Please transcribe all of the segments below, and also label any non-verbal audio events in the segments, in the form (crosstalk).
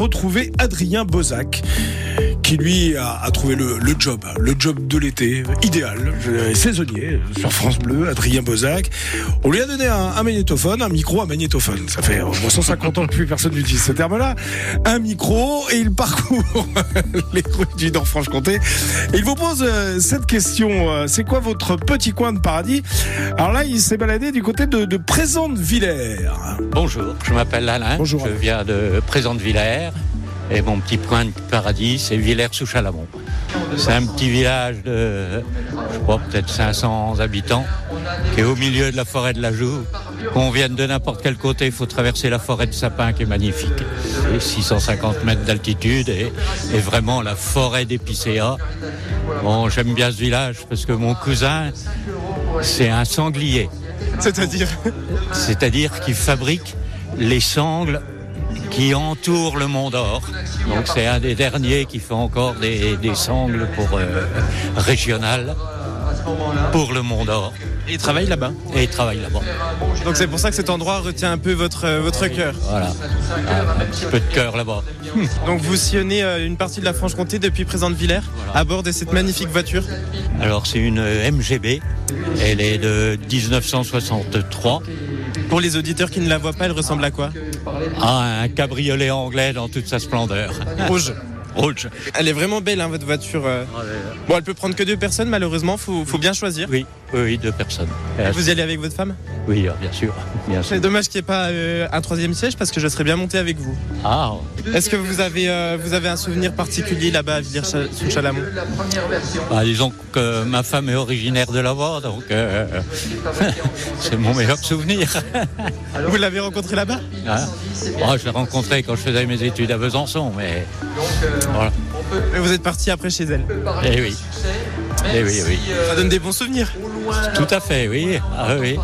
retrouver Adrien Bozac qui lui a, a trouvé le, le, job, le job de l'été, idéal, je- saisonnier, sur France Bleu, Adrien Bozac. On lui a donné un, un magnétophone, un micro, un magnétophone. Ça fait au moins 150 ans que plus personne n'utilise ce terme-là. Un micro, et il parcourt (laughs) les rues du Nord-Franche-Comté. Et il vous pose euh, cette question, euh, c'est quoi votre petit coin de paradis Alors là, il s'est baladé du côté de, de Présente-Villers. Bonjour, je m'appelle Alain. Bonjour, Je Alain. viens de Présente-Villers. Et mon petit coin de paradis, c'est Villers-sous-Chalamont. C'est un petit village de, je crois, peut-être 500 habitants, qui est au milieu de la forêt de la Joue. Qu'on vienne de n'importe quel côté, il faut traverser la forêt de sapins qui est magnifique. Et 650 mètres d'altitude et, et vraiment la forêt d'épicéas. Bon, j'aime bien ce village parce que mon cousin, c'est un sanglier. C'est-à-dire c'est-à-dire qu'il fabrique les sangles qui entourent le Mont d'Or. Donc c'est un des derniers qui fait encore des, des sangles pour euh, régionales pour le Mont d'Or. Et il travaille là-bas. Et il travaille là-bas. Donc c'est pour ça que cet endroit retient un peu votre, euh, votre cœur. Voilà. Un petit peu de cœur là-bas. Donc vous sillonnez euh, une partie de la Franche-Comté depuis Présente-Villers à bord de cette magnifique voiture. Alors c'est une MGB. Elle est de 1963. Pour les auditeurs qui ne la voient pas, elle ressemble à quoi Ah, un cabriolet anglais dans toute sa splendeur. Rouge. Rouge. Elle est vraiment belle, hein, votre voiture. euh. Bon, elle peut prendre que deux personnes, malheureusement, faut, faut bien choisir. Oui, oui, oui, deux personnes. Vous y allez avec votre femme Oui, bien sûr. Bien sûr. C'est dommage qu'il n'y ait pas euh, un troisième siège parce que je serais bien monté avec vous. Ah, Est-ce que vous avez, euh, vous avez un souvenir particulier là-bas à Villers-sous-Chalamont Bah, disons que ma femme est originaire de là-bas, donc euh, (laughs) c'est mon meilleur souvenir. Vous l'avez rencontré là-bas Hein. Oh, je l'ai rencontrée quand je faisais mes études à Besançon, mais voilà. Et Vous êtes parti après chez elle. Eh oui. Eh oui, oui. Ça donne des bons souvenirs. Tout à fait, oui. Ah, oui.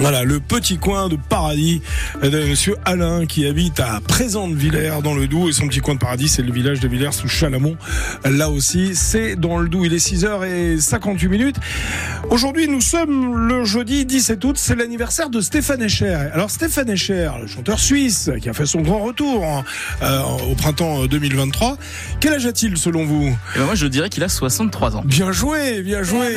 Voilà, le petit coin de paradis de monsieur Alain qui habite à Présente-Villers dans le Doubs et son petit coin de paradis c'est le village de Villers sous Chalamont. Là aussi, c'est dans le Doubs. Il est 6h58 minutes. Aujourd'hui, nous sommes le jeudi 17 août, c'est l'anniversaire de Stéphane Escher. Alors Stéphane Escher, le chanteur suisse qui a fait son grand retour hein, euh, au printemps 2023, quel âge a-t-il selon vous Eh ben moi je dirais qu'il a 63 ans. Bien joué, bien joué.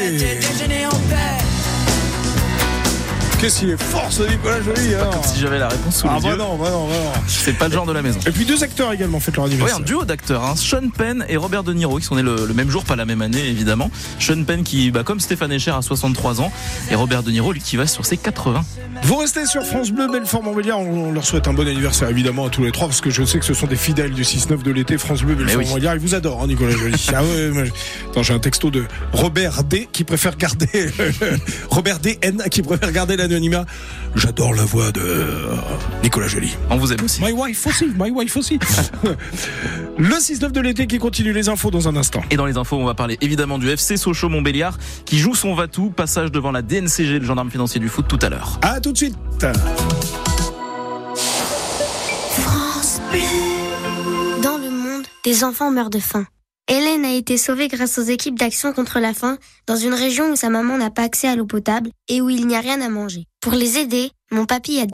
Qu'est-ce qu'il est fort ce Nicolas Joly alors. Comme si j'avais la réponse sous Ah les bah yeux. non, bah non, bah non. C'est pas le genre de la maison. Et puis deux acteurs également fêtent leur Oui, anniversaire. un duo d'acteurs, hein. Sean Penn et Robert De Niro, qui sont nés le, le même jour, pas la même année évidemment. Sean Penn qui, bah, comme Stéphane Escher, a 63 ans, et Robert De Niro, lui, qui va sur ses 80. Vous restez sur France Bleu, Belfort Montbéliard. On on leur souhaite un bon anniversaire évidemment à tous les trois parce que je sais que ce sont des fidèles du 6-9 de l'été. France Bleu, Belfort oui. Montbéliard. Ils vous adorent, hein, Nicolas (laughs) Joly. ah ouais, moi, je- Attends, j'ai un texto de Robert D qui préfère garder (laughs) Robert D N qui préfère garder l'anonymat. J'adore la voix de Nicolas Joly. On vous aime aussi. My wife aussi, my wife aussi. (laughs) le 6-9 de l'été qui continue les infos dans un instant. Et dans les infos, on va parler évidemment du FC Sochaux-Montbéliard, qui joue son Vatou, passage devant la DNCG, le gendarme financier du foot, tout à l'heure. À tout de suite. Dans le monde, des enfants meurent de faim. Hélène a été sauvée grâce aux équipes d'action contre la faim dans une région où sa maman n'a pas accès à l'eau potable et où il n'y a rien à manger. Pour les aider, mon papy a